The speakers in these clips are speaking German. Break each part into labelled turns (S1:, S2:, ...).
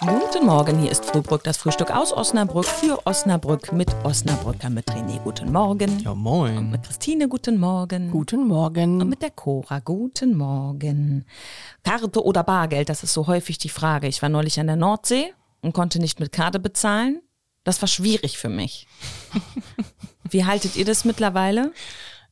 S1: Guten Morgen, hier ist Frühbrück, das Frühstück aus Osnabrück für Osnabrück mit Osnabrücker, mit René. Guten Morgen.
S2: Ja, moin.
S1: Mit Christine, guten Morgen.
S3: Guten Morgen.
S1: Und mit der Cora, guten Morgen. Karte oder Bargeld, das ist so häufig die Frage. Ich war neulich an der Nordsee und konnte nicht mit Karte bezahlen. Das war schwierig für mich. Wie haltet ihr das mittlerweile?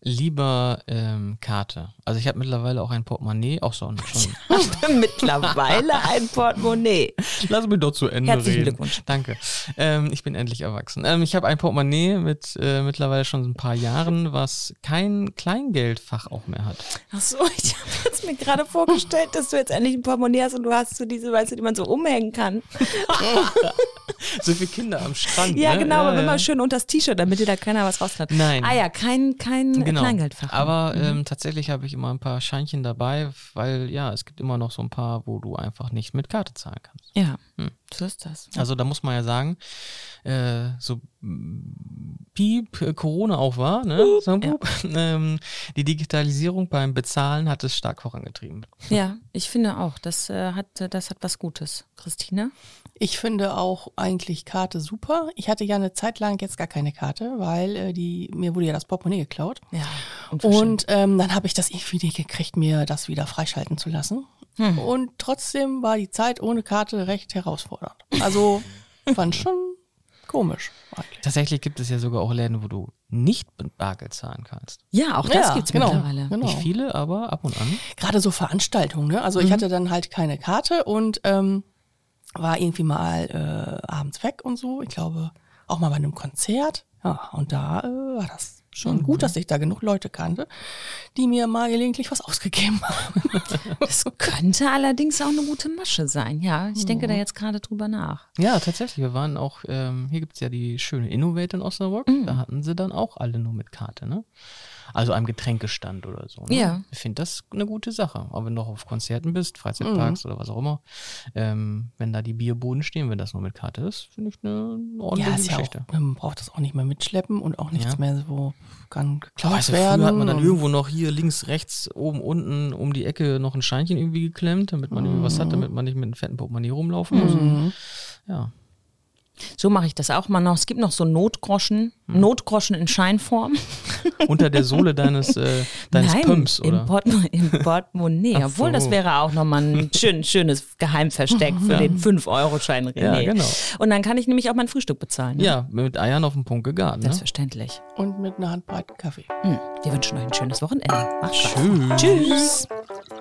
S2: Lieber ähm, Karte. Also ich habe mittlerweile auch ein Portemonnaie, auch schon. schon.
S1: mittlerweile ein Portemonnaie.
S2: Lass mich doch zu Ende
S1: Herzlichen
S2: reden.
S1: Glückwunsch.
S2: Danke. Ähm, ich bin endlich erwachsen. Ähm, ich habe ein Portemonnaie mit äh, mittlerweile schon ein paar Jahren, was kein Kleingeldfach auch mehr hat.
S1: Ach so, ich habe jetzt mir gerade vorgestellt, dass du jetzt endlich ein Portemonnaie hast und du hast so diese, weißt du, die man so umhängen kann.
S2: So viele Kinder am Strand.
S1: Ja,
S2: ne?
S1: genau, aber
S2: ja.
S1: immer schön unter das T-Shirt, damit dir da keiner was rausknallt.
S2: Nein.
S1: Ah ja, kein, kein
S2: Genau.
S1: Kleingeldfach. Mhm.
S2: Aber ähm, tatsächlich habe ich immer ein paar Scheinchen dabei, weil ja, es gibt immer noch so ein paar, wo du einfach nicht mit Karte zahlen kannst.
S1: ja, so ist das.
S2: Also da muss man ja sagen, äh, so mm, piep äh, Corona auch war, ne? so, boop, ähm, die Digitalisierung beim Bezahlen hat es stark vorangetrieben.
S1: Ja, ich finde auch, das, äh, hat, äh, das hat was Gutes. Christina?
S3: Ich finde auch eigentlich Karte super. Ich hatte ja eine Zeit lang jetzt gar keine Karte, weil äh, die, mir wurde ja das Portemonnaie geklaut.
S1: Ja.
S3: Und ähm, dann habe ich das irgendwie nicht gekriegt, mir das wieder freischalten zu lassen. Und trotzdem war die Zeit ohne Karte recht herausfordernd. Also fand schon komisch eigentlich.
S2: Tatsächlich gibt es ja sogar auch Läden, wo du nicht mit Bargeld zahlen kannst.
S1: Ja, auch das
S3: Ja,
S1: gibt's
S3: genau,
S1: mittlerweile.
S3: genau.
S2: Nicht viele, aber ab und an.
S3: Gerade so Veranstaltungen, ne?
S2: Mhm.
S3: Also ich hatte dann halt keine Karte und ähm, war irgendwie mal äh, abends weg und so. Ich glaube, auch mal bei einem Konzert. Ja, und da äh, war das schon
S2: Mhm.
S3: gut, dass ich da genug Leute kannte, die mir mal gelegentlich was ausgegeben haben.
S1: Das könnte allerdings auch eine gute Masche sein. Ja, ich denke da jetzt gerade drüber nach.
S2: Ja, tatsächlich. Wir waren auch, ähm, hier gibt es ja die schöne Innovate in Osnabrück.
S3: Mhm.
S2: Da hatten sie dann auch alle nur mit Karte, ne? Also am Getränkestand oder so. Ne?
S1: Ja.
S2: Ich finde das eine gute Sache. Aber wenn du noch auf Konzerten bist, Freizeitparks
S3: Mhm.
S2: oder was auch immer, ähm, wenn da die Bierboden stehen, wenn das nur mit Karte ist, finde ich eine ordentliche
S3: Ja, ist ja auch,
S2: Geschichte.
S3: man braucht das auch nicht mehr mitschleppen und auch nichts
S2: Ja.
S3: mehr so kann geklaut
S2: Weißt du,
S3: werden.
S2: Also früher hat man dann
S3: und-
S2: irgendwo noch hier links, rechts, oben, unten um die Ecke noch ein Scheinchen irgendwie geklemmt, damit man irgendwie
S3: Mhm.
S2: was hat, damit man nicht mit einem fetten Portemonnaie rumlaufen muss. Ja.
S1: So mache ich das auch mal noch. Es gibt noch so Notgroschen, Notgroschen in Scheinform.
S2: Unter der Sohle deines, äh, deines
S1: Nein,
S2: Pumps,
S1: Im,
S2: oder?
S1: Portem im Portemonnaie.
S2: Ach
S1: Obwohl,
S2: so.
S1: das wäre auch nochmal ein schön, schönes Geheimversteck für den 5-Euro-Schein René.
S2: Ja, genau.
S1: Und dann kann ich nämlich auch mein Frühstück bezahlen. ne?
S2: Ja, mit Eiern auf den Punkt gegart. Ne?
S1: Selbstverständlich.
S3: Und mit einer Handbreiten Kaffee.
S1: Hm. Wir wünschen euch ein schönes Wochenende. Macht's gut.
S2: Tschüss.
S1: Tschüss.